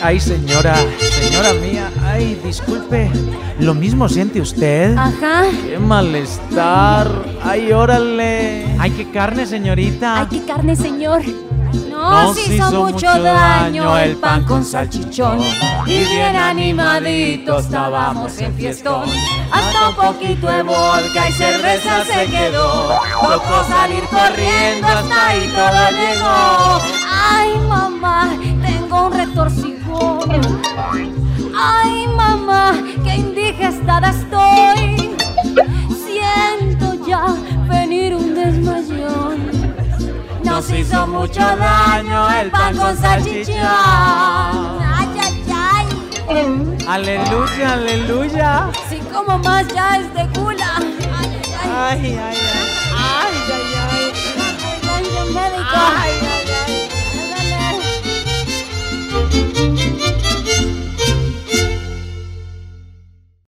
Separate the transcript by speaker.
Speaker 1: Ay, señora, señora mía, ay, disculpe, ¿lo mismo siente usted?
Speaker 2: Ajá.
Speaker 1: ¡Qué malestar! ¡Ay, órale! ¡Ay, qué carne, señorita!
Speaker 2: Ay, qué carne, señor. No, se hizo, mucho daño el pan con salchichón. Y bien animaditos estábamos en fiestón. Hasta un poquito de vodka y cerveza se quedó. Tocó salir corriendo hasta ahí todo llegó. Ay, mamá, tengo un retorcijón. Ay, mamá, qué indigestada estoy. Siento ya venir un desmayón. Nos hizo mucho daño el pan con salchichón. Ay, ay, ay.
Speaker 1: ¡Aleluya, aleluya!
Speaker 2: Si como más ya es de gula. Ay, ay, ay.
Speaker 1: ¡Ay, ay, ay!